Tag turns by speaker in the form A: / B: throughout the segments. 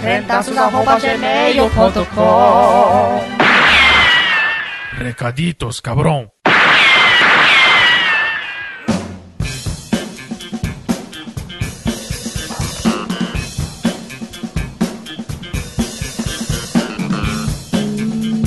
A: rentazos.gmail.com
B: Recaditos, cabrón.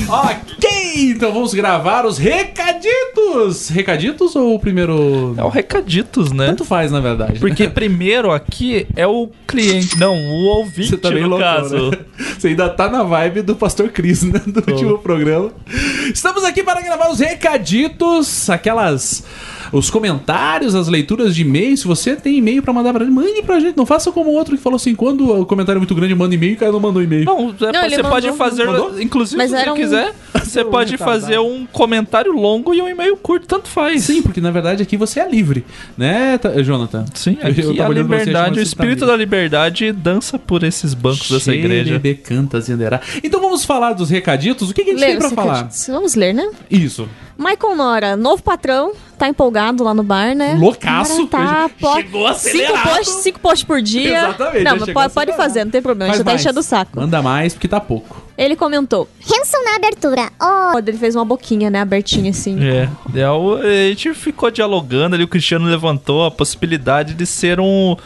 C: Ok, então vamos gravar os recaditos. Recaditos ou o primeiro...
D: É o recaditos, né?
C: Tanto faz, na verdade.
D: Porque primeiro aqui é o cliente, não, o ouvinte
C: Você tá bem
D: no
C: loucão,
D: caso.
C: né? Você ainda tá na vibe do Pastor Cris, né? Do último programa. Estamos aqui para gravar os recaditos, aquelas... Os comentários, as leituras de e-mail. Se você tem e-mail pra mandar pra gente, mande pra gente. Não faça como o outro que falou assim, quando o comentário é muito grande, manda e-mail e o cara não mandou e-mail.
D: Não, é,
E: Não, ele
D: você pode
E: mandou.
D: fazer,
C: Mandou?
D: inclusive
E: Mas
D: se
E: era
D: você
E: um- tá,
D: quiser, você
C: Seu
D: pode
C: retardado.
D: fazer um comentário longo e um e-mail curto, tanto faz.
C: Sim, porque na verdade aqui você é livre, né, Ta- Jonathan?
D: Sim,
C: Eu- eu
D: aqui a
C: tava olhando pra você, achando
D: liberdade,
C: que
D: o
C: você tá
D: espírito
C: livre.
D: da liberdade dança por esses bancos dessa igreja.
C: Xerebe, canta, zenderá. Então vamos falar dos recaditos. O que, que a gente
E: Ler
C: tem pra
E: os
C: falar?
E: recaditos. Vamos ler, né?
C: Isso.
E: Michael Nora, novo patrão, tá empolgado lá no bar, né?
C: Loucaço.
E: Cara, tá, po-
C: Chegou
E: cinco,
C: acelerado.
E: posts, cinco posts por dia.
C: Exatamente, já
E: Não, mas
C: chegou
E: pode, pode
C: acelerado.
E: fazer, não tem problema, a
C: Faz
E: gente tá
C: mais.
E: enchendo o saco.
C: Manda mais, porque tá pouco.
E: Ele comentou.
F: Hanson na abertura. Oh,
E: Quando ele fez uma boquinha, né, abertinha assim.
D: É, é, o- a gente ficou dialogando ali, o Cristiano levantou a possibilidade de ser um,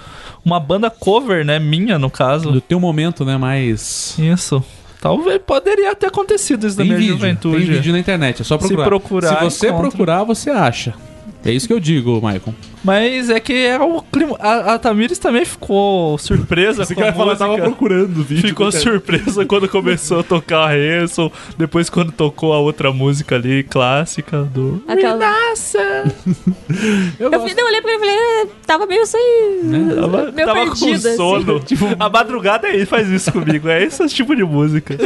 D: uma banda cover, né, minha no caso.
C: Do teu momento, né, mais...
D: Isso. Talvez poderia ter acontecido isso na minha juventude.
C: tem vídeo na internet, é só
D: Se
C: procurar.
D: procurar,
C: Se você
D: encontra.
C: procurar, você acha. É isso que eu digo, Maicon.
D: Mas é que é o clima. A, a Tamires também ficou surpresa com a música.
C: procurando o vídeo. né?
D: Ficou surpresa quando começou a tocar a Hanson, depois quando tocou a outra música ali, clássica do.
E: Aquela-
D: Nossa!
C: Eu
E: Eu,
C: gosto.
E: fiquei- eu olhei pra ele e falei, "É, tava meio sem.
C: Né?
D: Tava,
E: Meio
D: tava com
E: perdida, assim.
D: sono. a madrugada aí faz isso comigo, é esse tipo de música.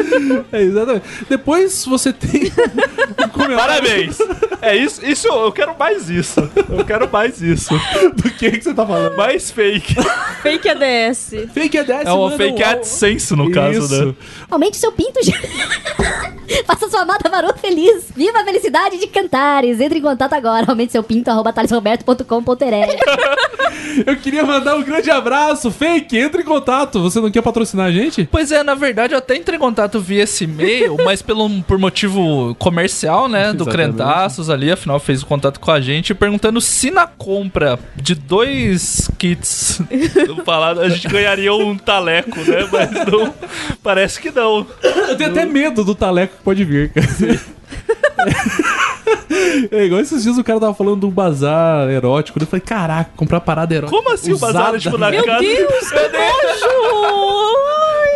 C: É, exatamente. Depois você tem um comentário
D: Parabéns! É isso, isso, eu quero mais isso. Eu quero mais isso.
C: do que, que você tá falando.
D: Mais fake.
E: Fake é ADS.
C: Fake é
D: É uma fake AdSense no caso, né?
F: aumente seu pinto, já. Faça sua amada Maru feliz. Viva a felicidade de cantares. Entre em contato agora. Aumente seu pinto, arroba talisroberto.com.br.
C: Eu queria mandar um grande abraço. Fake, entre em contato. Você não quer patrocinar a gente?
D: Pois é, na verdade eu até entrei em contato via esse e-mail, mas pelo, por motivo comercial, né, do
C: Exatamente.
D: Crentaços ali, afinal fez o contato com a gente, perguntando se na compra de dois kits, eu falar, a gente ganharia um taleco, né, mas não, parece que não.
C: Eu tenho até medo do taleco que pode vir, cara. É igual esses dias o cara tava falando de um bazar erótico. Eu falei, caraca, comprar parada erótica.
D: Como assim o bazar,
C: usada?
D: tipo, na
E: Meu
D: casa?
E: Deus, que nojo!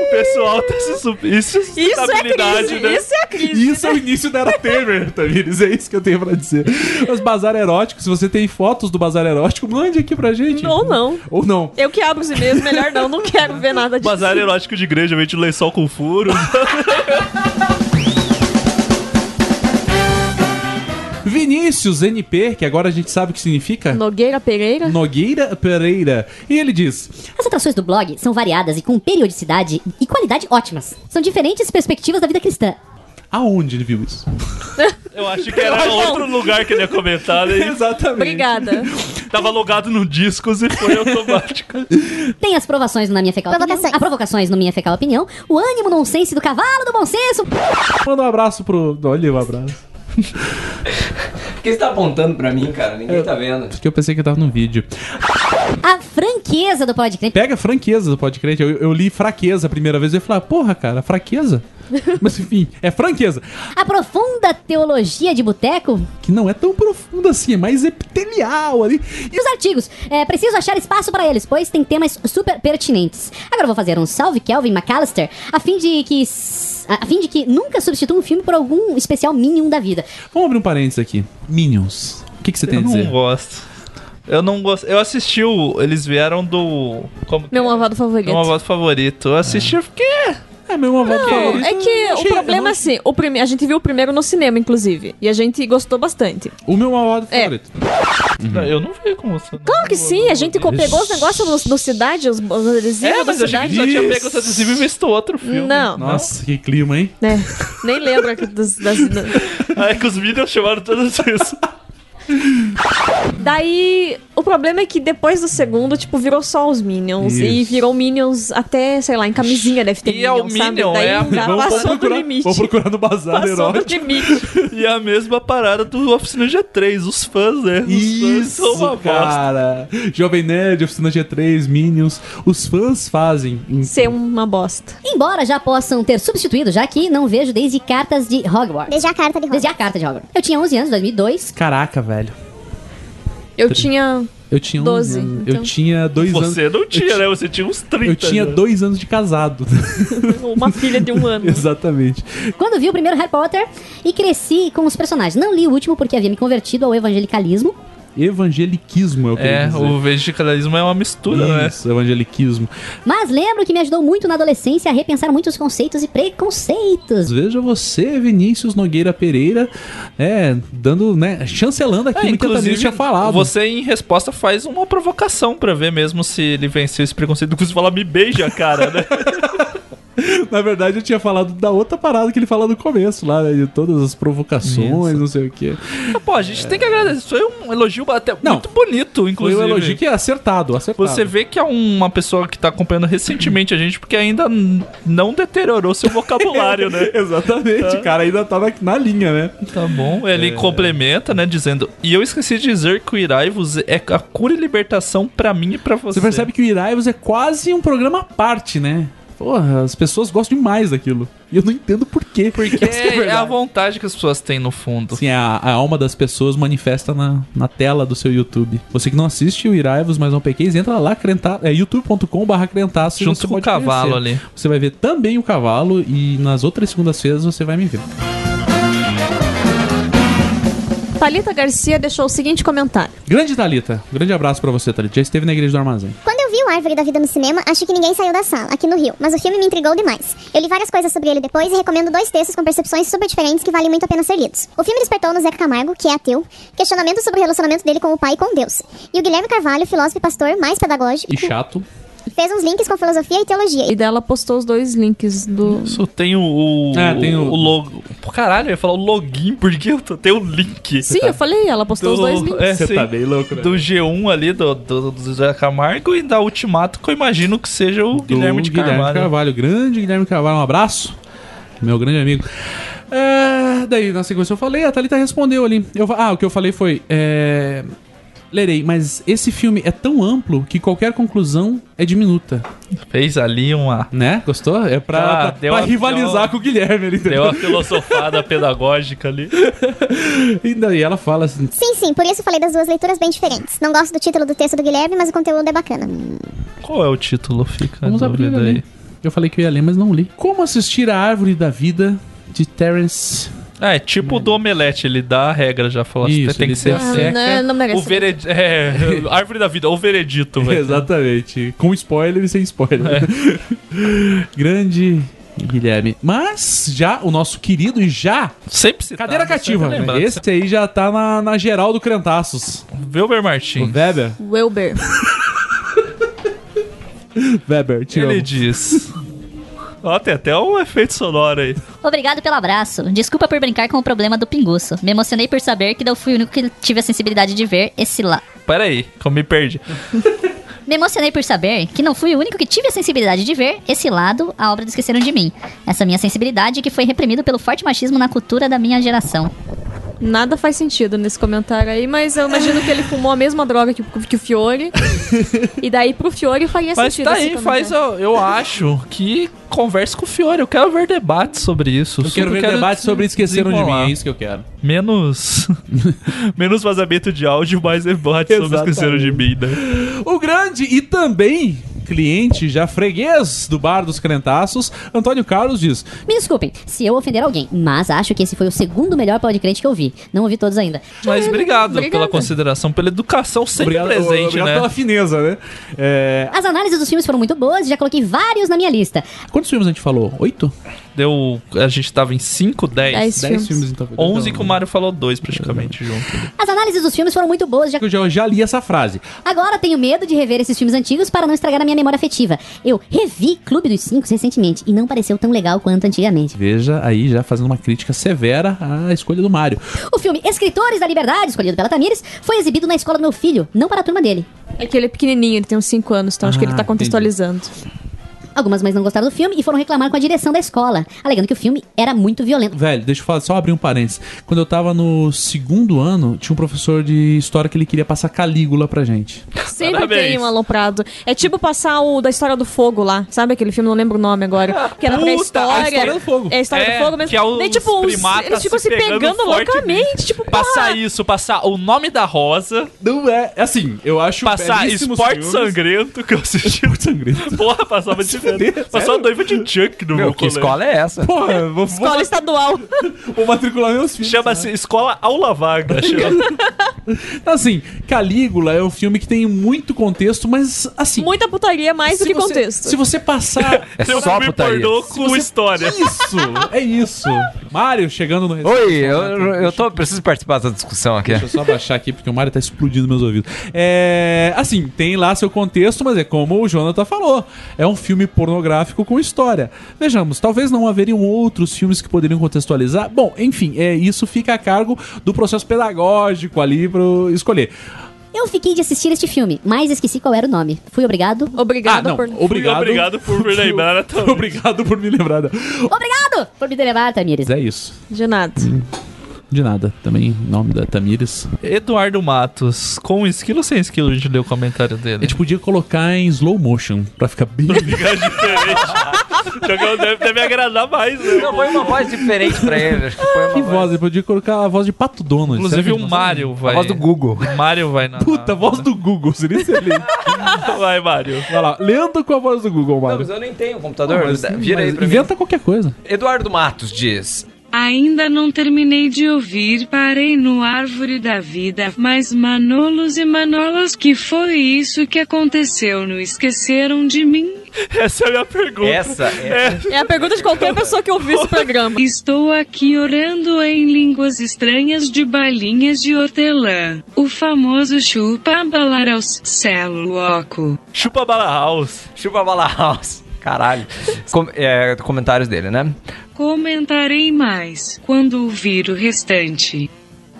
D: O pessoal tá se sub... Isso,
E: Isso é crise,
D: né?
E: isso é crise.
C: Isso é o início da era Temer, Tamires. É isso que eu tenho pra dizer. Os bazar eróticos, se você tem fotos do bazar erótico, mande aqui pra gente.
E: Ou não.
C: Ou não.
E: Eu que abro os e-mails, melhor não, não quero ver nada disso.
D: Bazar erótico de igreja, vende lençol com furo.
C: Vinícius NP, que agora a gente sabe o que significa.
E: Nogueira Pereira?
C: Nogueira Pereira. E ele diz:
F: As atrações do blog são variadas e com periodicidade e qualidade ótimas. São diferentes perspectivas da vida cristã.
C: Aonde ele viu isso?
D: Eu acho que era outro lugar que ele ia comentar, né?
C: Exatamente.
E: Obrigada.
D: E Tava logado no discos e foi automático.
F: Tem as provações no Na Minha Fecal Opinião.
G: Provocações.
F: A provocações no Minha Fecal Opinião. O ânimo nonsense do cavalo do bom senso.
C: Manda um abraço pro. Olha o abraço.
H: Por que você tá apontando pra mim, cara? Ninguém tá vendo.
C: Porque eu pensei que tava no vídeo.
F: A franqueza do podcast.
C: Pega a franqueza do podcast. Eu, eu li fraqueza a primeira vez e eu falei, porra, cara, fraqueza? Mas enfim, é franqueza.
F: A profunda teologia de boteco.
C: Que não é tão profunda assim, é mais epitelial ali.
F: E os artigos? É, preciso achar espaço para eles, pois tem temas super pertinentes. Agora eu vou fazer um salve Kelvin McAllister, a fim de que. s- A fim de que nunca substitua um filme por algum especial mínimo da vida.
C: Vamos abrir um parênteses aqui. Minions. O que, que você
D: Eu
C: tem a
D: não
C: dizer?
D: gosto. Eu não gosto. Eu assisti o. Eles vieram do. Como que
E: Meu
D: é?
E: malvado favorito.
D: Meu avó favorito. Eu assisti porque.
C: É meu avô
E: Não,
C: favorito.
E: é que o
C: chega,
E: problema é
C: não-
E: assim, o prime... a gente viu o primeiro no cinema, inclusive, e a gente gostou bastante.
C: O meu avô
E: É.
C: favorito. Uhum.
D: Não, eu não vi com você.
E: Claro que sim, a gente co- pegou os negócios no, no Cidade, os, os adesivos
D: É,
E: da
D: mas eu achei que
E: Cidade.
D: só tinha
C: Isso.
D: pego os adesivos e visto outro filme.
E: Não,
C: Nossa, que clima, hein?
E: né? Nem lembro aqui das, das- da-
D: Ah, é que os vídeos chamaram todos isso.
E: Daí, o problema é que depois do segundo, tipo, virou só os Minions. E
C: Isso.
E: virou Minions até, sei lá, em camisinha deve ter
D: E é o
E: Minion, sabe?
D: Minion,
E: Daí
D: é a-
E: não
C: Vamos-
E: dá,
C: vamos
E: passou do
C: procurar,
E: Tá limite.
C: Vou procurar no bazar
E: Passou do
C: erótico.
E: limite.
D: E a mesma parada do Oficina G3, os fãs, né? Os fãs são uma
C: Isso,
D: bosta.
C: cara. Jovem Nerd, Oficina G3, Minions. Os fãs fazem. em-
E: Ser uma bosta.
F: Embora já possam ter substituído, já que não vejo desde cartas de Hogwarts.
I: Desde a carta de roda.
F: Desde a carta de Hogwarts. Eu tinha 11 anos, 2002.
C: Caraca, velho.
E: Eu tinha.
C: Eu tinha 11
E: 12,
C: anos. Eu
E: então.
C: tinha dois anos.
D: Você não tinha,
C: ti-
D: né? Você tinha uns 30.
C: Eu tinha
D: né?
C: dois anos de casado.
E: Uma filha de um ano.
C: Exatamente.
F: Quando vi o primeiro Harry Potter e cresci com os personagens. Não li o último porque havia me convertido ao evangelicalismo.
C: Evangeliquismo é o que
D: É,
C: eu queria
D: o vegeticalismo é uma mistura,
C: dizer.
D: né?
C: Isso, evangeliquismo.
F: Mas lembro que me ajudou muito na adolescência a repensar muitos conceitos e preconceitos.
C: Veja você, Vinícius Nogueira Pereira, é, dando, né, chancelando
D: É,
C: aquilo que a Thalita tinha falado.
D: você em resposta faz uma provocação pra ver mesmo se ele venceu esse preconceito. Você fala, me beija, cara, né?
C: Na verdade, eu tinha falado da outra parada que ele fala no começo lá, né, de todas as provocações,
D: Isso.
C: não sei o quê.
D: Mas, Pô, a gente tem que agradecer. Isso foi um elogio até
C: Não.
D: muito bonito,
C: Foi
D: inclusive.
C: um elogio que é acertado, acertado.
D: Você vê que é uma pessoa que tá acompanhando recentemente a gente, porque ainda n- não deteriorou seu vocabulário, né?
C: Exatamente, cara, ainda tá na, na linha, né?
D: Tá bom. Ele complementa, né, dizendo: E eu esqueci de dizer que o Iraivos é a cura e libertação pra mim e pra você.
C: Você percebe que o Iraivos é quase um programa à parte, né? Porra, as pessoas gostam demais daquilo. E eu não entendo por quê.
D: Porque
C: Essa é a
D: é, a
C: verdade.
D: vontade que as pessoas têm no fundo.
C: Sim, a, a alma das pessoas manifesta na, na tela do seu YouTube. Você que não assiste o Iraivos, mas é um não pequês, entra lá, crenta, é youtube.com.br crentaço. e
D: Junto
C: você
D: com o
C: pode
D: cavalo
C: conhecer.
D: ali.
C: Você vai ver também o cavalo e nas outras segundas-feiras você vai me ver.
E: Thalita Garcia deixou o seguinte comentário.
C: Grande Thalita, um grande abraço pra você, Thalita. Já esteve na igreja do armazém.
I: Quando eu vi o Árvore da Vida no cinema, acho que ninguém saiu da sala, aqui no Rio, mas o filme me intrigou demais. Eu li várias coisas sobre ele depois e recomendo dois textos com percepções super diferentes que valem muito a pena ser lidos. O filme despertou no Zeca Camargo, que é ateu, questionamentos sobre o relacionamento dele com o pai e com Deus. E o Guilherme Carvalho, filósofo e pastor mais pedagógico,
C: E chato.
I: fez uns links com filosofia e teologia.
E: E dela postou os dois links do.
D: Isso tem o. o
C: É, tem o-
D: o logo. Pô, caralho, eu ia falar o login, porque eu tô- tem o link.
E: Sim, eu falei, ela postou os dois links.
D: é, sim,
C: tá louco,
D: do G1 ali, do, do, do Zé Camargo e da Ultimato, que eu imagino que seja o Guilherme de
C: Guilherme
D: Carvalho.
C: Carvalho. Grande Guilherme Carvalho, um abraço. Meu grande amigo. É, daí, na sequência eu falei, a Thalita respondeu ali. Eu, fa- ah, o que eu falei foi. É, Lerei, mas esse filme é tão amplo que qualquer conclusão é diminuta,
D: Fez ali uma.
C: né? Gostou? É pra,
D: Ah,
C: pra-
D: deu
C: pra
D: a-
C: rivalizar
D: deu-
C: com o Guilherme ali,
D: Deu
C: entendeu?
D: uma filosofada pedagógica ali.
C: E daí ela fala assim,
I: Sim, sim, por isso falei das duas leituras bem diferentes. Não gosto do título do texto do Guilherme, mas o conteúdo é bacana.
D: Qual é o título? Fica
C: Vamos
D: a
C: abrir
D: dúvida
C: ali.
D: aí.
C: né? Eu falei que eu ia ler, mas não li. Como assistir a Árvore da Vida de Terence?
D: Ah, é tipo o do Omelete, ele dá a regra já, falou assim,
C: Isso,
D: tem
C: ele
D: que ser
C: dá a
D: assim.
C: regra.
E: Não, não merece.
D: O veredito. É, árvore da vida, o veredito, velho.
C: Exatamente. Com spoiler e sem spoiler.
D: É.
C: Grande Guilherme. Mas já o nosso querido e já
D: Sempre se
C: cadeira cativa. né? Esse aí já tá na, na geral do Crentaços.
D: Wilber
C: O
D: Martins.
C: Weber.
E: Welber.
C: Weber, te
D: Ele
C: amo.
D: diz. Ó, tem até um efeito sonoro aí.
J: Obrigado pelo abraço. Desculpa por brincar com o problema do pinguço. Me emocionei por saber que não fui o único que tive a sensibilidade de ver esse lá.
D: Pera aí, que eu me perdi.
J: Me emocionei por saber que não fui o único que tive a sensibilidade de ver esse lado a obra do Esqueceram de Mim. Essa minha sensibilidade que foi reprimida pelo forte machismo na cultura da minha geração.
E: Nada faz sentido nesse comentário aí, mas eu imagino que ele fumou a mesma droga que, o- que o Fiore. e daí pro Fiore faria
D: Mas
E: sentido.
D: tá
E: esse
D: aí, faz,
E: comentário.
D: eu, eu acho, que converse com o Fiore. Eu quero ver debate sobre isso.
C: Eu quero ver debate sobre esqueceram de mim, é isso que eu quero.
D: Menos. menos vazamento de áudio, mais debate sobre
C: Exatamente.
D: esqueceram de mim, né?
C: O grande e também cliente já freguês do Bar dos Crentaços, Antônio Carlos diz:
F: Me desculpem se eu ofender alguém, mas acho que esse foi o segundo melhor podcast que eu vi. Não ouvi todos ainda.
D: Mas obrigado
E: Obrigada.
D: pela consideração, pela educação sempre
C: Obrigado,
D: presente,
C: obrigado
D: né?
C: pela fineza, né? É,
F: As análises dos filmes foram muito boas e já coloquei vários na minha lista.
C: quantos filmes a gente falou? Oito?
D: Deu, a gente tava em 5, 10,
E: Dez
C: Dez
E: filmes.
C: filmes, então.
D: 11 que o Mário falou dois
C: É.
D: praticamente junto.
F: As análises dos filmes foram muito boas, já...
C: Eu já, eu já li essa frase.
F: agora tenho medo de rever esses filmes antigos para não estragar a minha memória afetiva. Eu revi Clube dos Cinco recentemente e não pareceu tão legal quanto antigamente.
C: Veja aí, já fazendo uma crítica severa à escolha do Mário.
F: O filme Escritores da Liberdade, escolhido pela Tamires, foi exibido na escola do meu filho, não para a turma dele.
E: É que ele é pequenininho, ele tem uns 5 anos, então acho que
C: Ah,
E: ele tá
C: entendi.
E: contextualizando.
F: Algumas mães não gostaram do filme e foram reclamar com a direção da escola, alegando que o filme era muito violento.
C: Velho, deixa eu falar, só abrir um parênteses. Quando eu tava no segundo ano, tinha um professor de história que ele queria passar Calígula pra gente.
E: Sempre
D: Parabéns.
E: tem um aloprado. É tipo passar o da História do Fogo lá, sabe aquele filme? Não lembro o nome agora. Que era
D: Puta, a
E: pra história.
D: História
C: do Fogo.
E: É a História
D: É,
E: do Fogo mesmo.
D: que é os
E: Daí, tipo, uns-
D: primatas
E: eles ficam se
D: se
E: pegando,
D: pegando forte.
E: loucamente. Tipo,
D: Passar
E: pá.
D: isso, passar o nome da rosa,
C: Não é, é assim, eu acho
D: passar
C: belíssimos
D: esporte
C: filmes.
D: sangrento que eu assisti.
C: Esporte sangrento.
D: Porra, passava de
C: fuder,
D: Passava
C: sério?
D: noiva de Chuck no meu
H: Meu, que
D: colégio.
H: escola é essa?
C: Porra, vou, vou,
E: Escola estadual.
C: vou matricular meus
H: é
C: filhos.
H: né?
D: Chama-se Escola Aula Vaga. chama.
C: Então, assim, Calígula é um filme que tem muito contexto, mas assim.
E: Muita putaria mais
C: se
E: do que
C: você-
E: contexto.
C: Se você passar.
H: É
D: Eu
H: só
D: me
H: putaria.
D: pornô com história.
C: Isso! É isso! Mário chegando no
H: Oi, eu, eu tô, preciso participar dessa discussão aqui.
C: Deixa eu só baixar aqui porque o Mário tá explodindo meus ouvidos. É. Assim, tem lá seu contexto, mas é como o Jonathan falou: é um filme pornográfico com história. Vejamos, talvez não haveriam outros filmes que poderiam contextualizar. Bom, enfim, é isso fica a cargo do processo pedagógico ali pra eu escolher.
F: Eu fiquei de assistir este filme, mas esqueci qual era o nome. Fui obrigado.
E: Obrigado
C: ah, não,
E: por.
C: obrigado.
D: Fui obrigado por me lembrar né, também.
C: obrigado por me lembrar. Mas
F: Obrigado por me levar, Tamires.
C: é isso.
E: De nada.
C: De nada. Também, em nome da Tamires.
D: Eduardo Matos, com esquilo ou sem esquilo? A gente leu o comentário
C: A
D: dele.
H: É tipo-
C: gente podia colocar em slow motion pra ficar bem.
D: É diferente. Jogão deve, deve agradar mais, né?
H: Não, foi uma voz diferente pra ele. Acho que foi uma
C: que voz? Eu podia colocar a voz de Pato Donald.
D: Inclusive um
C: Será
D: o
C: que-
D: Mário
H: A
D: vai.
H: voz do Google.
D: O Mário vai na.
H: Ah,
C: Puta, a voz do Google. Seria excelente.
D: Vai, Mário.
C: Vai lá, lendo com a voz do Google, Mário.
H: eu nem tenho computador. é Vira aí pra mim.
C: inventa qualquer coisa.
H: Eduardo Matos diz:
K: Ainda não terminei de ouvir, parei no Árvore da Vida, mas Manolos e Manolas, que foi isso que aconteceu? Não esqueceram de mim?
D: Essa é a minha pergunta.
H: Essa é.
E: É a pergunta de qualquer pessoa que ouvir esse programa.
K: Estou aqui orando em línguas estranhas de balinhas de hortelã. O famoso chupa balar ao celuloco.
D: Chupa bala house.
H: Chupa Bala House. Caralho. Com- é, comentários dele, né?
K: Comentarei mais quando ouvir o restante.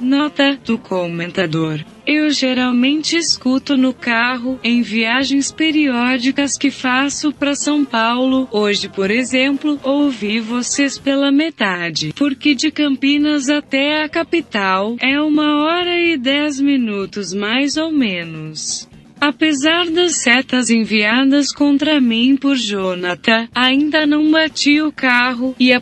K: Nota do comentador. Eu geralmente escuto no carro em viagens periódicas que faço para São Paulo. Hoje, por exemplo, ouvi vocês pela metade, porque de Campinas até a capital é uma hora e dez minutos mais ou menos. Apesar das setas enviadas contra mim por Jonathan, ainda não bati o carro e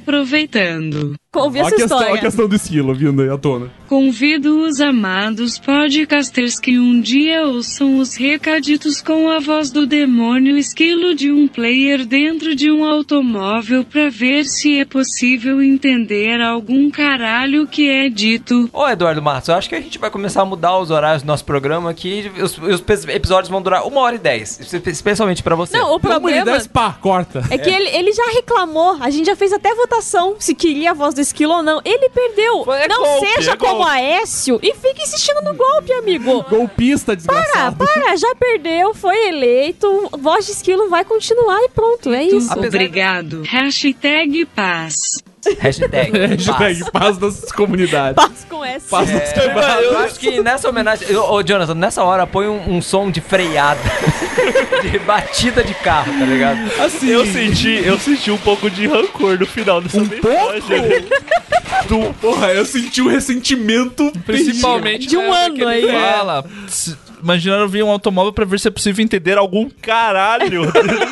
K: aproveitando.
E: Ouvir essa história.
C: do estilo vindo aí à tona.
K: Convido os amados podcasters que um dia ouçam os recaditos com a voz do demônio esquilo de um player dentro de um automóvel para ver se é possível entender algum caralho que é dito.
H: Ô, Eduardo Matos, eu acho que a gente vai começar a mudar os horários do nosso programa aqui. e Os, e os pe- episódios vão durar uma hora e dez. espe- Especialmente pra você.
E: Não, o
C: Problema.
E: problema
C: pá, corta.
E: é que ele, ele já reclamou. A gente já fez até votação se queria a voz do esquilo ou não. Ele perdeu.
D: É
E: não
D: golpe,
E: seja
D: é
E: como
D: golpe.
E: Aécio e fique insistindo no golpe, amigo.
C: Golpista,
E: Para,
C: desgraçado.
E: para, já perdeu, foi eleito, voz de esquilo vai continuar e pronto, é isso.
H: Apesar-
K: Obrigado. Hashtag paz.
H: Hashtag.
C: Hashtag paz. das comunidades.
E: Paz com essa.
C: Paz das
H: É, eu acho que nessa homenagem. Eu- Ô, Jonathan, nessa hora põe um, um som de freada. de batida de carro, tá ligado?
C: Assim,
D: Eu senti, eu senti um pouco de rancor no final dessa
C: Um
D: mensagem.
C: tu- porra, eu senti um ressentimento
D: Principalmente
E: De um
D: na época
E: ano
D: que ele
E: aí.
D: Fala. "Tss, Imaginaram eu vir um automóvel pra ver se é possível entender algum caralho.
C: terrível.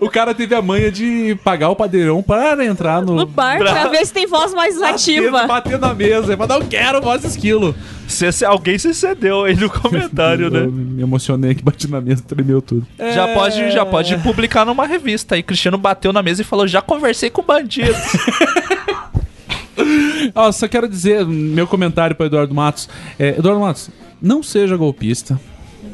C: O cara teve a manha de pagar o padeirão para entrar no.
E: No bar pra ver se tem voz mais
C: Batendo,
E: ativa.
C: batendo na mesa, é pra dar eu quero voz esquilo.
D: Se, se- alguém se cedeu aí no comentário,
C: Eu
D: né?
C: Me emocionei que bati na mesa, tremeu tudo.
D: Já pode, já pode publicar numa revista. Aí Cristiano bateu na mesa e falou: Já conversei com bandido.
C: Ó, só quero dizer meu comentário para Eduardo Matos. É, Eduardo Matos, não seja golpista,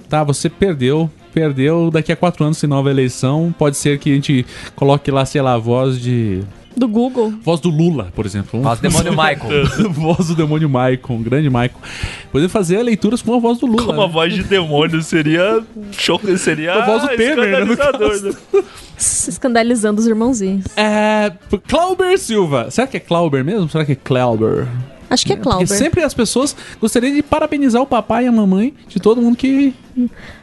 C: tá? Você perdeu, perdeu. Daqui a quatro anos tem nova eleição. Pode ser que a gente coloque lá, sei lá, a voz de.
E: Do Google.
C: Voz do Lula, por exemplo.
H: Faz demônio Michael.
C: voz do demônio Maicon, grande Maicon. Poder fazer leituras com a voz do Lula.
D: Com uma
C: né?
D: voz de demônio seria. Choco, seria.
C: A voz do Temer, né, no
D: escandalizador, né?
E: Escandalizando os irmãozinhos.
C: É. Clauber Silva. Será que é Clauber mesmo? Será que é Clauber?
E: Acho que é
C: Porque
E: Clauber.
C: sempre as pessoas gostariam de parabenizar o papai e a mamãe de todo mundo que.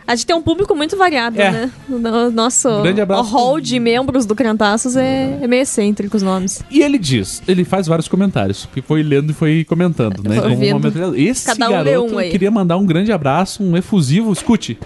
E: A gente tem um público muito variado,
C: É.
E: né? O nosso
C: Grande abraço.
E: o hall de membros do Crantaços é, é meio excêntrico os nomes.
C: E ele diz, ele faz vários comentários, porque foi lendo e foi comentando, né?
E: Foi
C: Como
E: ouvindo.
C: uma metralhadora. Esse
E: Cada um lê
C: garoto
E: um aí.
C: queria mandar um grande abraço, um efusivo. Escute.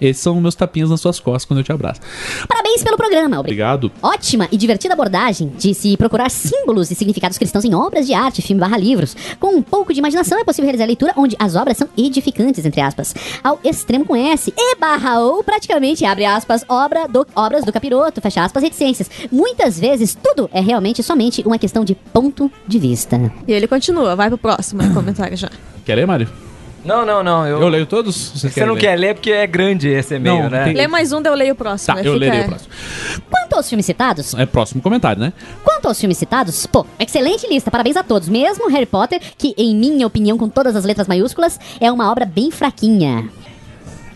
C: Esses são meus tapinhas nas suas costas quando eu te abraço.
F: Parabéns pelo programa, obrigado.
C: Obrigado.
F: Ótima e divertida abordagem de se procurar símbolos e significados cristãos em obras de arte, filme barra livros. Com um pouco de imaginação é possível realizar leitura onde as obras são edificantes, entre aspas. Ao extremo com S, e barra ou praticamente, abre aspas, obra do, obras do capiroto, fecha aspas, reticências. Muitas vezes, tudo é realmente somente uma questão de ponto de vista.
E: E ele continua, vai pro próximo comentário já.
C: Quer ler, Mário?
H: Não, não, não. Eu,
C: Eu, leio todos? Você,
H: Você não quer ler porque é grande esse e-mail,
C: Não,
H: né?
C: tem-
E: Lê mais um, daí eu leio o próximo.
C: Tá,
E: né?
C: eu
E: Fica-
C: lerei o próximo.
F: Quanto aos filmes citados,
C: É próximo comentário, né?
F: Quanto aos filmes citados, pô, excelente lista, parabéns a todos. Mesmo Harry Potter, que, em minha opinião, com todas as letras maiúsculas, é uma obra bem fraquinha.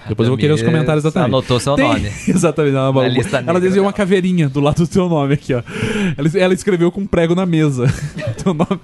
C: Depois eu vou querer os comentários da Thaís.
H: Anotou seu
C: Tem-
H: nome.
C: Exatamente. Ela,
H: Na lista
C: ela
H: negra
C: desenhou uma
H: dela.
C: caveirinha do lado do teu nome aqui, ó. Ela, ela escreveu com um prego na mesa. teu nome.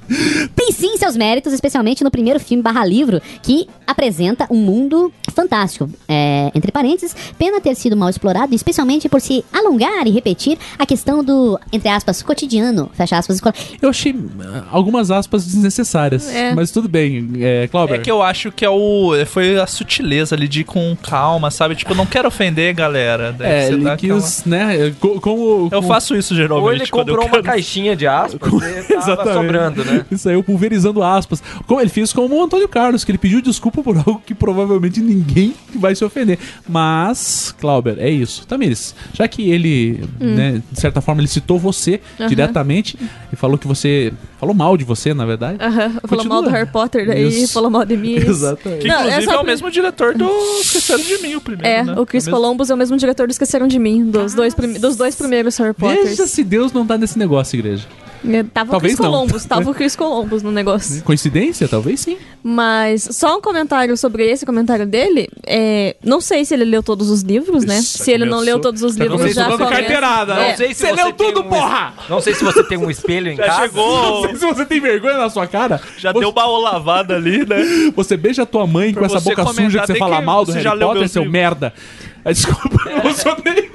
F: Tem sim seus méritos, especialmente no primeiro filme barra livro, que apresenta um mundo fantástico. É, entre parênteses, pena ter sido mal explorado, especialmente por se alongar e repetir a questão do, entre aspas, cotidiano, fecha aspas, escolar.
C: Eu achei ah, algumas aspas desnecessárias.
E: É.
C: Mas tudo bem, é, Clauber.
D: É que eu acho que é o. Foi a sutileza ali de ir com calma, sabe? Tipo, não quero ofender, galera. Daí
C: É,
D: você
C: ele
D: dá aquela-
C: quis, né? co- Como.
D: Eu
C: com-
D: faço isso geralmente.
H: Ou ele
D: quando eu
H: comprou uma
D: quero-
H: caixinha de aspas e tava
C: Exatamente.
H: sobrando, né?
C: Isso aí, eu pulverizando aspas. Como ele fez como o Antônio Carlos, que ele pediu desculpa por algo que provavelmente ninguém vai se ofender. Mas, Clauber, é isso. Tamires, já que ele, né, de certa forma, ele citou você
E: Hum. Aham.
C: diretamente e falou que você. Falou mal de você, na verdade.
E: Aham, falou
C: Continua.
E: mal do Harry Potter, daí
C: Isso.
E: falou mal de mim. isso.
C: Exatamente.
D: Que
E: Não,
D: inclusive
E: é
D: é,
E: só
D: o
E: pra-
D: mesmo diretor do Esqueceram de Mim, o primeiro.
E: É,
D: né?
E: o Chris
D: mesmo- Ah,
E: Columbus é o mesmo diretor do Esqueceram de Mim, dos, dois, prime- dos dois primeiros Harry Potters.
C: Veja se Deus não tá nesse negócio, igreja.
E: É, Tava
C: Talvez
E: o Chris
C: não. Né?
E: Columbus, tava o Chris Columbus no negócio.
C: Coincidência? Talvez sim.
E: Mas só um comentário sobre esse comentário dele. é, não sei se ele leu todos os livros, né?
C: Isso,
E: se ele não
C: começou-
E: leu todos os
C: já
E: livros,
C: começou
E: já
C: dando
E: começa-
C: carteirada,
E: É,
C: não sei. Você leu
H: tem
C: tudo,
H: um-
C: porra!
H: Não sei se você tem um espelho em
D: Já
H: casa.
D: chegou.
C: Não sei se você tem vergonha na sua cara.
D: Tá? Já
C: você,
D: deu uma olavada ali, né?
C: Você beija a tua mãe com
D: Pra
C: essa
D: você
C: boca
D: comentar,
C: suja que você
D: tem
C: fala
D: que-
C: mal do
D: você já
C: Harry
D: leu É.
C: Potter,
D: meus
C: seu
D: livros.
C: merda. Ah, Desculpa, eu emocionei.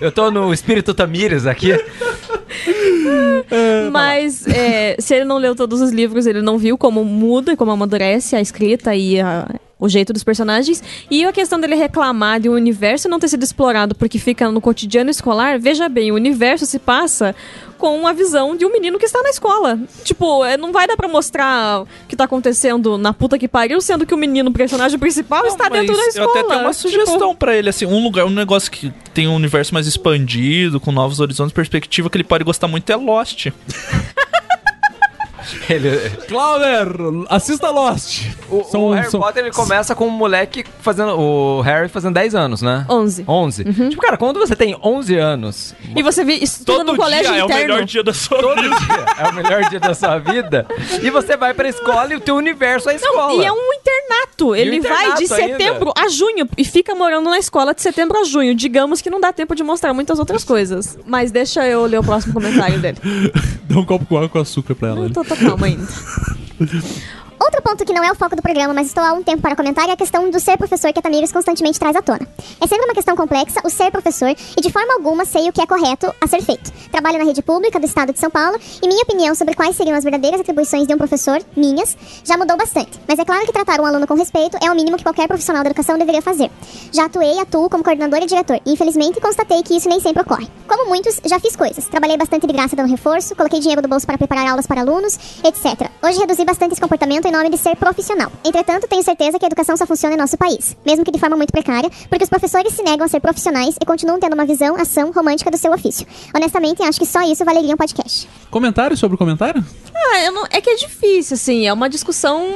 H: Eu tô no espírito Tamires aqui.
E: Mas é, se ele não leu todos os livros, ele não viu como muda e como amadurece a escrita e a- o jeito dos personagens. E a questão dele reclamar de um universo não ter sido explorado porque fica no cotidiano escolar. Veja bem, o universo se passa com a visão de um menino que está na escola. Tipo, é, não vai dar pra mostrar o que tá acontecendo na puta que pariu, sendo que o menino, o personagem principal, está
D: Não,
E: tá dentro da
D: mas
E: escola.
D: Eu até tenho uma
E: Tipo,
D: sugestão pra ele, assim, um lugar, um negócio que tem um universo mais expandido, com novos horizontes, perspectiva, que ele pode gostar muito é Lost.
H: Ele,
C: Clauber, assista Lost. um-
H: O, o Harry Potter ele começa com um moleque fazendo. O Harry fazendo 10 anos, né?
E: 11.
H: 11.
E: Uhum.
H: Tipo, cara, quando você tem 11 anos,
E: E você vê,
D: Todo
E: estuda no
D: dia
E: colégio
D: é o
E: interno.
D: melhor dia da sua
H: todo
D: vida.
H: dia é o melhor dia da sua vida, e você vai pra escola e o teu universo é a escola.
E: E é um internato. Ele vai
H: internato
E: de
H: ainda.
E: setembro a junho e fica morando na escola de setembro a junho. Digamos que não dá tempo de mostrar muitas outras coisas. Mas deixa eu ler o próximo comentário dele.
C: Dá um copo com água com açúcar pra ela.
E: Não tô, tô calma ainda.
I: Outro ponto que não é o foco do programa, mas estou há um tempo para comentar, é a questão do ser professor que a Tamires constantemente traz à tona. É sempre uma questão complexa o ser professor e de forma alguma sei o que é correto a ser feito. Trabalho na rede pública do estado de São Paulo e minha opinião sobre quais seriam as verdadeiras atribuições de um professor, minhas, já mudou bastante. Mas é claro que tratar um aluno com respeito é o mínimo que qualquer profissional da educação deveria fazer. Já atuei e atuo como coordenadora e diretor e infelizmente constatei que isso nem sempre ocorre. Como muitos, já fiz coisas. Trabalhei bastante de graça dando reforço, coloquei dinheiro do bolso para preparar aulas para alunos, etc. Hoje reduzi bastante esse comportamento e nome de ser profissional. Entretanto, tenho certeza que a educação só funciona em nosso país, mesmo que de forma muito precária, porque os professores se negam a ser profissionais e continuam tendo uma visão, ação romântica do seu ofício. Honestamente, acho que só isso valeria um podcast.
C: Comentário sobre o comentário?
E: Ah, eu não- é que é difícil, assim, é uma discussão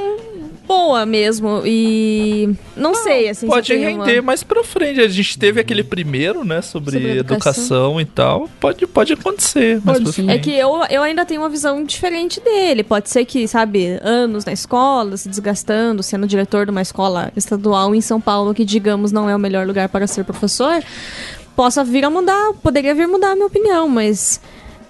E: boa mesmo. E. Não sei, assim, se
D: Pode
E: eu tenho uma-
D: render mais pra frente. A gente
C: Uhum.
D: teve aquele primeiro, né? Sobre,
E: Sobre
D: educação.
E: educação.
D: e tal. Pode, pode acontecer. Mas
J: Pode sim.
E: É que eu, eu ainda tenho uma visão diferente dele. Pode ser que, sabe, anos na escola, se desgastando, sendo diretor de uma escola estadual em São Paulo, que, digamos, não é o melhor lugar para ser professor, possa vir a mudar, poderia vir mudar a minha opinião, mas.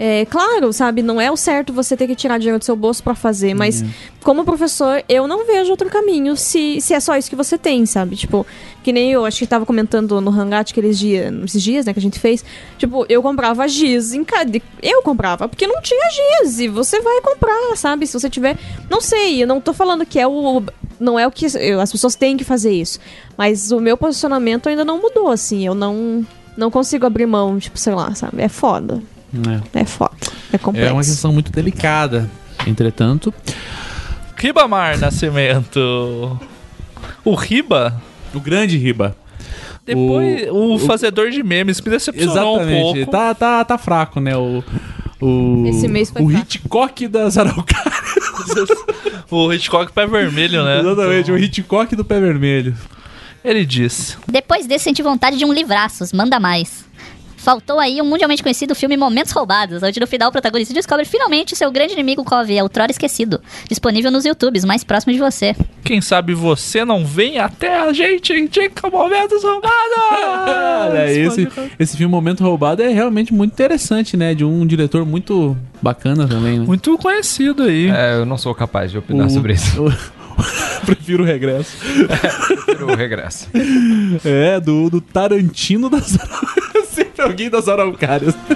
E: É claro, sabe, não é o certo você ter que tirar dinheiro do seu bolso para fazer, mas como professor, eu não vejo outro caminho se, se é só isso que você tem, sabe? Tipo, que nem eu, acho que tava comentando no Hangout aqueles dias, esses dias, né, que a gente fez. Tipo, eu comprava giz em cada. Eu comprava, porque não tinha giz. E você vai comprar, sabe? Se você tiver. Não sei, eu não tô falando que é o. Não é o que. eu- as pessoas têm que fazer isso. Mas o meu posicionamento ainda não mudou, assim. Eu não. Não consigo abrir mão, tipo, sei lá, sabe? É foda. É foda. É complexo.
C: É uma questão muito delicada. Entretanto,
D: Ribamar Nascimento. O Riba,
C: o grande riba.
D: depois o,
C: o-
D: fazedor de memes, me decepcionou um
C: Exatamente.
D: pouco.
C: tá, tá, tá fraco, né? O, o,
E: Esse mês foi
C: o
E: fraco.
C: Hitchcock das Araucárias.
D: O Hitchcock pé vermelho,
H: É.
D: né?
C: Exatamente,
D: Então,
C: o Hitchcock do pé vermelho.
D: Ele disse.
J: Depois desse, senti vontade de um livraços, manda mais. Faltou aí um mundialmente conhecido filme Momentos Roubados, onde no final o protagonista descobre finalmente seu grande inimigo qual havia outrora esquecido. Disponível nos YouTubes, mais próximo de você.
D: Quem sabe você não vem até a gente indica momentos
E: Ah,
D: roubados!
C: Olha, esse, esse filme Momento Roubado é realmente muito interessante, né? De um diretor muito bacana também, né?
D: Muito conhecido aí.
H: É, eu não sou capaz de opinar
C: O-
H: sobre isso.
C: o- Prefiro o regresso.
H: Eu regresso.
C: É, do, do Tarantino das Araucárias. Sempre alguém das Araucárias.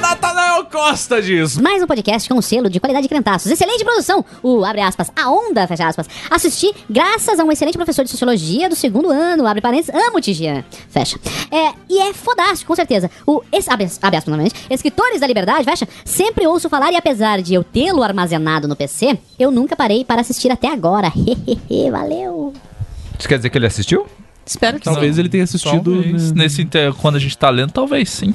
C: Natanael Costa diz.
F: Mais um podcast com um selo de qualidade de crentaços. Excelente produção! O, abre aspas, a onda, fecha aspas. Assisti graças a um excelente professor de sociologia do segundo ano, abre parênteses, amo Tigian, fecha. É, e é fodástico, com certeza. O, es, abre, as- abre aspas novamente, Escritores da Liberdade, fecha, sempre ouço falar e apesar de eu tê-lo armazenado no PC, eu nunca parei para assistir até agora. Hehehe, valeu!
H: Isso quer dizer que ele assistiu?
E: Espero que
C: Talvez ele tenha assistido.
D: Talvez,
C: né?
D: nesse inter... quando a gente tá lendo, talvez sim.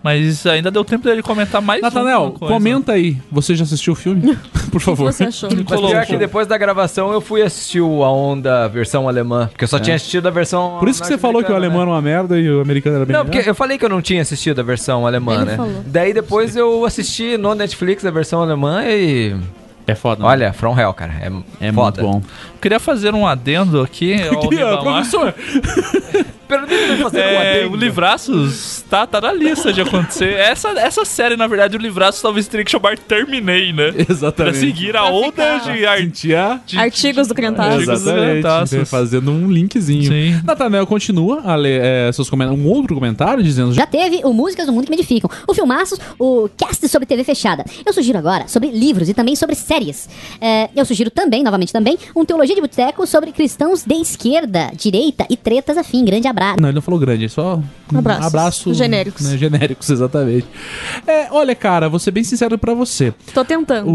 D: Mas ainda deu tempo dele comentar mais
C: Natanael,
D: alguma coisa.
C: comenta aí. Você já assistiu o filme? Por favor.
E: você achou.
H: Mas
D: Colocou.
C: um
H: pior que depois da gravação eu fui assistir o A Onda versão alemã, porque eu só tinha assistido a versão.
C: É. Por isso que você falou que o alemão
E: né?
H: norte-americana, né?
C: era uma merda e o americano era bem
H: Não,
C: melhor.
H: porque eu falei que eu não tinha assistido a versão alemã,
E: Ele
H: né?
E: falou.
H: Daí depois eu assisti no Netflix a versão alemã e.
C: É foda. né?
H: Olha, From Hell, cara. É,
C: é
H: foda.
C: muito bom.
D: Queria fazer um adendo aqui ao
C: Queria,
D: Ribamar.
C: é, professor.
H: Permita-me fazer um
D: É,
H: adendo.
D: o Livraços tá, tá na lista de acontecer. Essa, essa série, na verdade, o Livraços talvez teria que chamar Terminei, né? Pra
C: Exatamente.
D: seguir a onda de arte.
C: Sentia.
E: Artigos do Crentado.
D: Artigos
C: Exatamente.
D: Zantaços.
C: Fazendo um linkzinho.
D: Sim.
C: Natanael continua a ler é, seus comentários. Um outro comentário dizendo.
F: Já teve o Músicas do Mundo que me edificam, o Filmaços, o cast sobre TV fechada. Eu sugiro agora sobre livros e também sobre séries. É, eu sugiro também, novamente também, um Teologia de Boteco sobre cristãos de esquerda, direita e tretas afim. Grande abraço.
C: Não, ele não falou grande, é só
E: Abraços.
C: abraço,
E: Genéricos.
C: né, genéricos, exatamente. É, olha, cara, vou ser bem sincero pra você.
E: Tô tentando.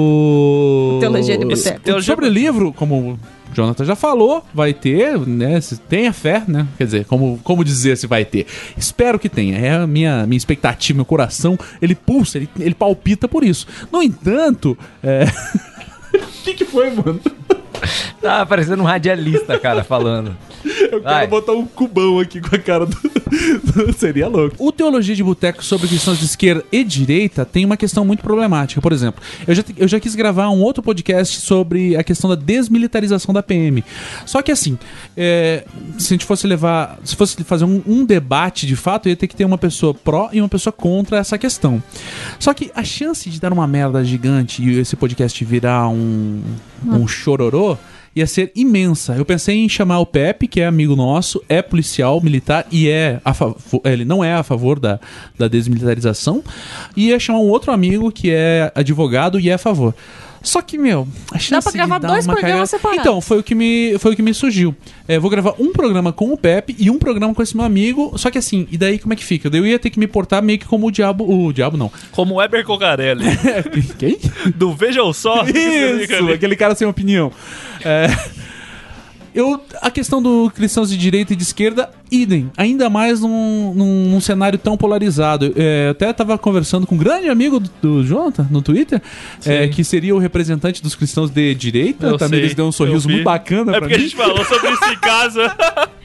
C: O.
E: Teologia de boteco.
D: Teologia-
C: Sobre livro, como o Jonathan já falou, vai ter, né? se Tenha fé, né? Quer dizer, como, como dizer se vai ter? Espero que tenha. É a minha, minha expectativa, meu coração, ele pulsa, ele, ele palpita por isso. No entanto. É... O que, que foi, mano?
H: Tá parecendo um radialista, cara, falando.
C: Eu
H: Vai.
C: quero botar um cubão aqui com a cara do. Seria louco. O Teologia de Boteco sobre questões de esquerda e direita tem uma questão muito problemática. Por exemplo, eu já, te- eu já quis gravar um outro podcast sobre a questão da desmilitarização da PM. Só que assim, é, se a gente fosse levar. Se fosse fazer um, um debate de fato, ia ter que ter uma pessoa pró e uma pessoa contra essa questão. Só que a chance de dar uma merda gigante e esse podcast virar um, um chororô ia ser imensa. Eu pensei em chamar o Pepe, que é amigo nosso, é policial militar e é a favor, ele não é a favor da, da desmilitarização, e ia chamar um outro amigo que é advogado e é a favor. Só que, meu, a chance
E: pra
C: de
E: gravar
C: dar
E: dois
C: uma
E: programas
C: cagada-
E: separados.
C: Então, foi o que me, foi o que me surgiu. É, vou gravar um programa com o Pepe e um programa com esse meu amigo. Só que assim, e daí como é que fica? Eu ia ter que me portar meio que como o diabo. O diabo não.
D: Como o Weber Cocarelli,
C: É, quem?
D: do Vejam Só. né?
C: Isso, aquele cara sem opinião. É, eu, a questão do cristãos de direita e de esquerda, idem. Ainda mais num, num- num cenário tão polarizado. É, eu até estava conversando com um grande amigo do, do Jonathan no Twitter, é, que seria o representante dos cristãos de direita.
D: Eu
C: também
D: sei,
C: eles deu um
D: eu
C: sorriso
D: vi.
C: muito bacana
D: É
C: pra
D: porque a
C: mim.
D: gente falou sobre isso em casa.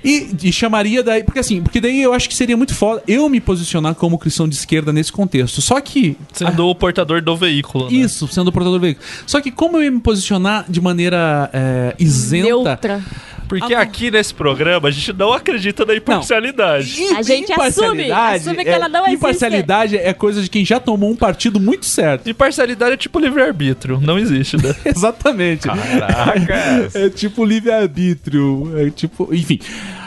C: E, e chamaria daí. Porque assim, porque daí eu acho que seria muito foda eu me posicionar como cristão de esquerda nesse contexto. Só que
D: Sendo o portador do veículo. né?
C: isso, sendo o portador do veículo. Só que como eu ia me posicionar de maneira é, isenta...
E: Neutra.
D: Porque aqui nesse programa a gente não acredita na imparcialidade.
C: I-
E: A gente
C: imparcialidade
E: assume, assume que ela não
C: é,
E: existe.
C: Imparcialidade é coisa de quem já tomou um partido muito certo.
D: Imparcialidade é tipo livre-arbítrio, não existe, né?
C: Exatamente.
D: Caraca.
C: É tipo livre-arbítrio. É tipo. Enfim.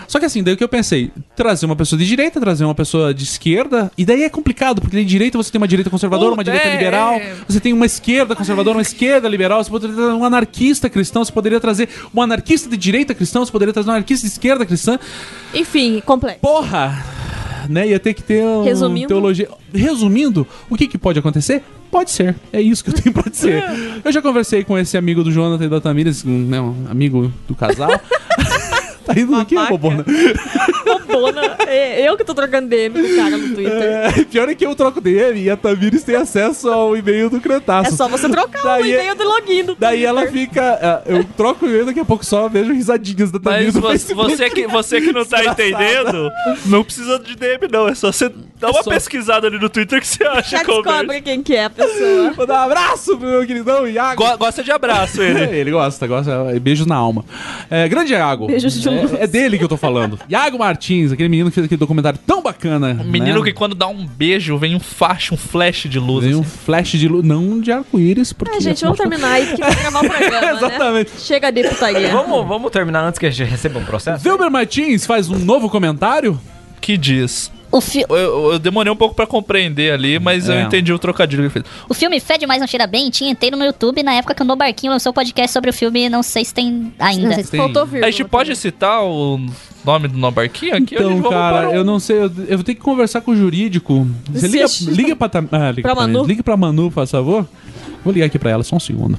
C: Só que assim, daí o que eu pensei? Trazer uma pessoa de direita, trazer uma pessoa de esquerda. E daí é complicado, porque de direita você tem uma direita conservadora, uma
D: Puta,
C: direita
D: é,
C: liberal.
D: é.
C: Você tem uma esquerda conservadora, uma esquerda liberal. Você poderia trazer um anarquista cristão. Você poderia trazer um anarquista de direita cristão. Você poderia trazer um anarquista de esquerda cristã.
E: Enfim, complexo.
C: Porra! Né? Ia ter que ter um
E: Resumindo.
C: teologia. Resumindo, o que, que pode acontecer? Pode ser. É isso que eu tenho pra dizer. Eu já conversei com esse amigo do Jonathan e da Tamires, um, né, um amigo do casal. tá indo aqui,
E: Babaca.
C: bobona?
E: Bobona. É, eu que tô trocando DM com o cara no Twitter.
C: É, pior é que eu troco dele e a Tamires tem acesso ao e-mail do
E: É
C: Cretaço.
E: só você trocar o
C: Daí-
E: e-mail do login do
C: Daí
E: Twitter.
C: ela fica. é, Eu troco o e-mail daqui a pouco só vejo risadinhas da
D: Mas
C: Tamires. no
D: você,
C: Facebook.
D: você que, você que não tá entendendo, não precisa de DM, não. É só você dar uma
C: só-
D: pesquisada ali no Twitter que você acha
E: Já
D: como.
E: descobre quem que é a pessoa.
C: Vou dar um abraço pro meu queridão Iago.
D: Gosta de abraço ele.
C: É, Ele gosta, gosta. Beijos na alma. É, grande Iago.
E: Beijos de luz.
C: é, é dele que eu tô falando. Iago Martins, aquele menino que fez aquele documentário tão bacana.
D: Um menino
C: né?
D: que quando dá um beijo vem um facho, um flash de luz.
C: Tem um
D: assim.
C: flash de luz. Não de arco-íris, porque. é
E: Ai, É, gente, vamos terminar aí, porque vai gravar o programa,
C: Exatamente.
E: né? Chega de putaria.
H: Vamos, vamos terminar antes que a gente receba um processo?
C: Wilber Martins faz um novo comentário?
D: assim, Que diz.
J: O, fi
D: Eu- Eu, eu demorei um pouco pra compreender ali, mas
C: É.
D: eu entendi o trocadilho que ele fez.
J: o filme Fede Mais Não Cheira Bem tinha inteiro no YouTube na época que o No Barquinho lançou o podcast sobre o filme, não sei se tem ainda.
F: Não sei se
C: Tem.
E: Faltou
D: A
E: vírgula.
D: gente pode citar o nome do Nobarquinho aqui? Ou a
C: Então,
D: gente vai
C: cara,
D: para um-
C: eu não sei. Eu, eu vou ter que conversar com o jurídico. Você liga,
E: Existe.
C: liga pra. Tam- Ah, liga
E: Pra
C: Tamires.
E: Manu?
C: Liga pra Manu, por favor. Vou ligar aqui pra ela, só um segundo.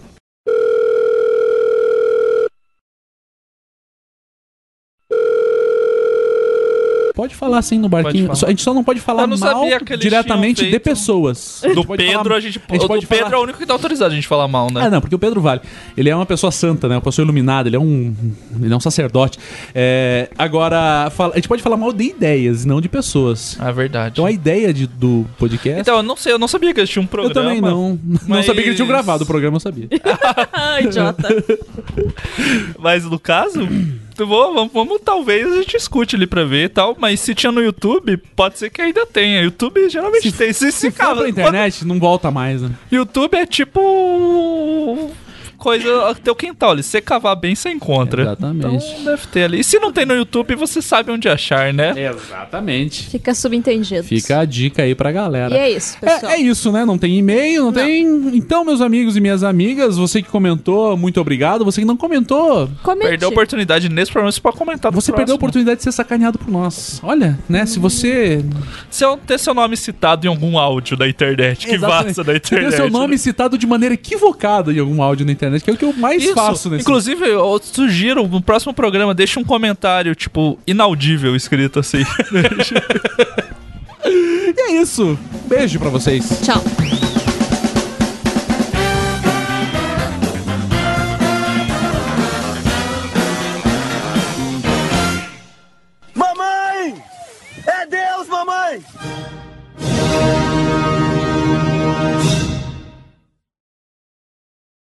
C: Pode falar sim no barquinho.
D: falar.
C: Só- A gente só não pode falar
D: Eu não
C: mal
D: sabia que eles
C: diretamente
D: tinham
C: de
D: feito.
C: pessoas. A gente
D: Do
C: pode
D: Pedro,
C: falar-
D: a gente,
C: a gente
D: o
C: pode
D: do Pedro
C: falar-
D: é o único que tá autorizado a gente falar mal, né?
C: Ah, não, porque o Pedro Vale, ele é uma pessoa santa, né? Uma pessoa iluminada, ele é um, ele é um sacerdote. É, agora, fala- a gente pode falar mal de ideias, não de pessoas.
D: Ah, verdade.
C: Então a ideia de- do podcast.
D: Então, eu não sei, eu não sabia que eles tinham um
C: eu
D: programa.
C: também não. Não
D: mas-
C: sabia que eles tinham gravado o programa, eu sabia.
E: Ai, Ah, idiota.
D: Mas no caso, eu vou- vamos, vamos- talvez a gente escute ali pra ver e tal. Mas se tinha no YouTube, pode ser que ainda tenha. YouTube geralmente tem. Se, se,
C: Se for
D: cara,
C: pra internet, não volta mais, né?
D: quando- YouTube é tipo. Coisa. Teu quintal ali. Se você cavar bem, você encontra.
C: Exatamente.
D: Então deve ter ali. E se não tem no YouTube, você sabe onde achar, né?
C: Exatamente.
E: Fica subentendido.
C: Fica a dica aí pra galera.
E: E é isso, pessoal.
C: É, é isso, né? Não tem e-mail, não, tem. Então, meus amigos e minhas amigas, você que comentou, muito obrigado. Você que não comentou,
E: Comente.
D: Perdeu a oportunidade nesse programa só pra comentar no
C: você perdeu a
D: próximo.
C: oportunidade de ser sacaneado por nós. Olha, né? Se você.
D: Se eu ter é seu nome citado em algum áudio da internet, que
C: Exatamente.
D: vaza da
C: Se
D: internet.
C: Ter seu nome
D: né?
C: citado de maneira equivocada em algum áudio na internet, que é o que eu mais
D: Isso.
C: faço nesse
D: Inclusive, eu sugiro no próximo programa, deixa um comentário, tipo, inaudível escrito assim.
C: E é isso. Beijo pra vocês.
E: Tchau.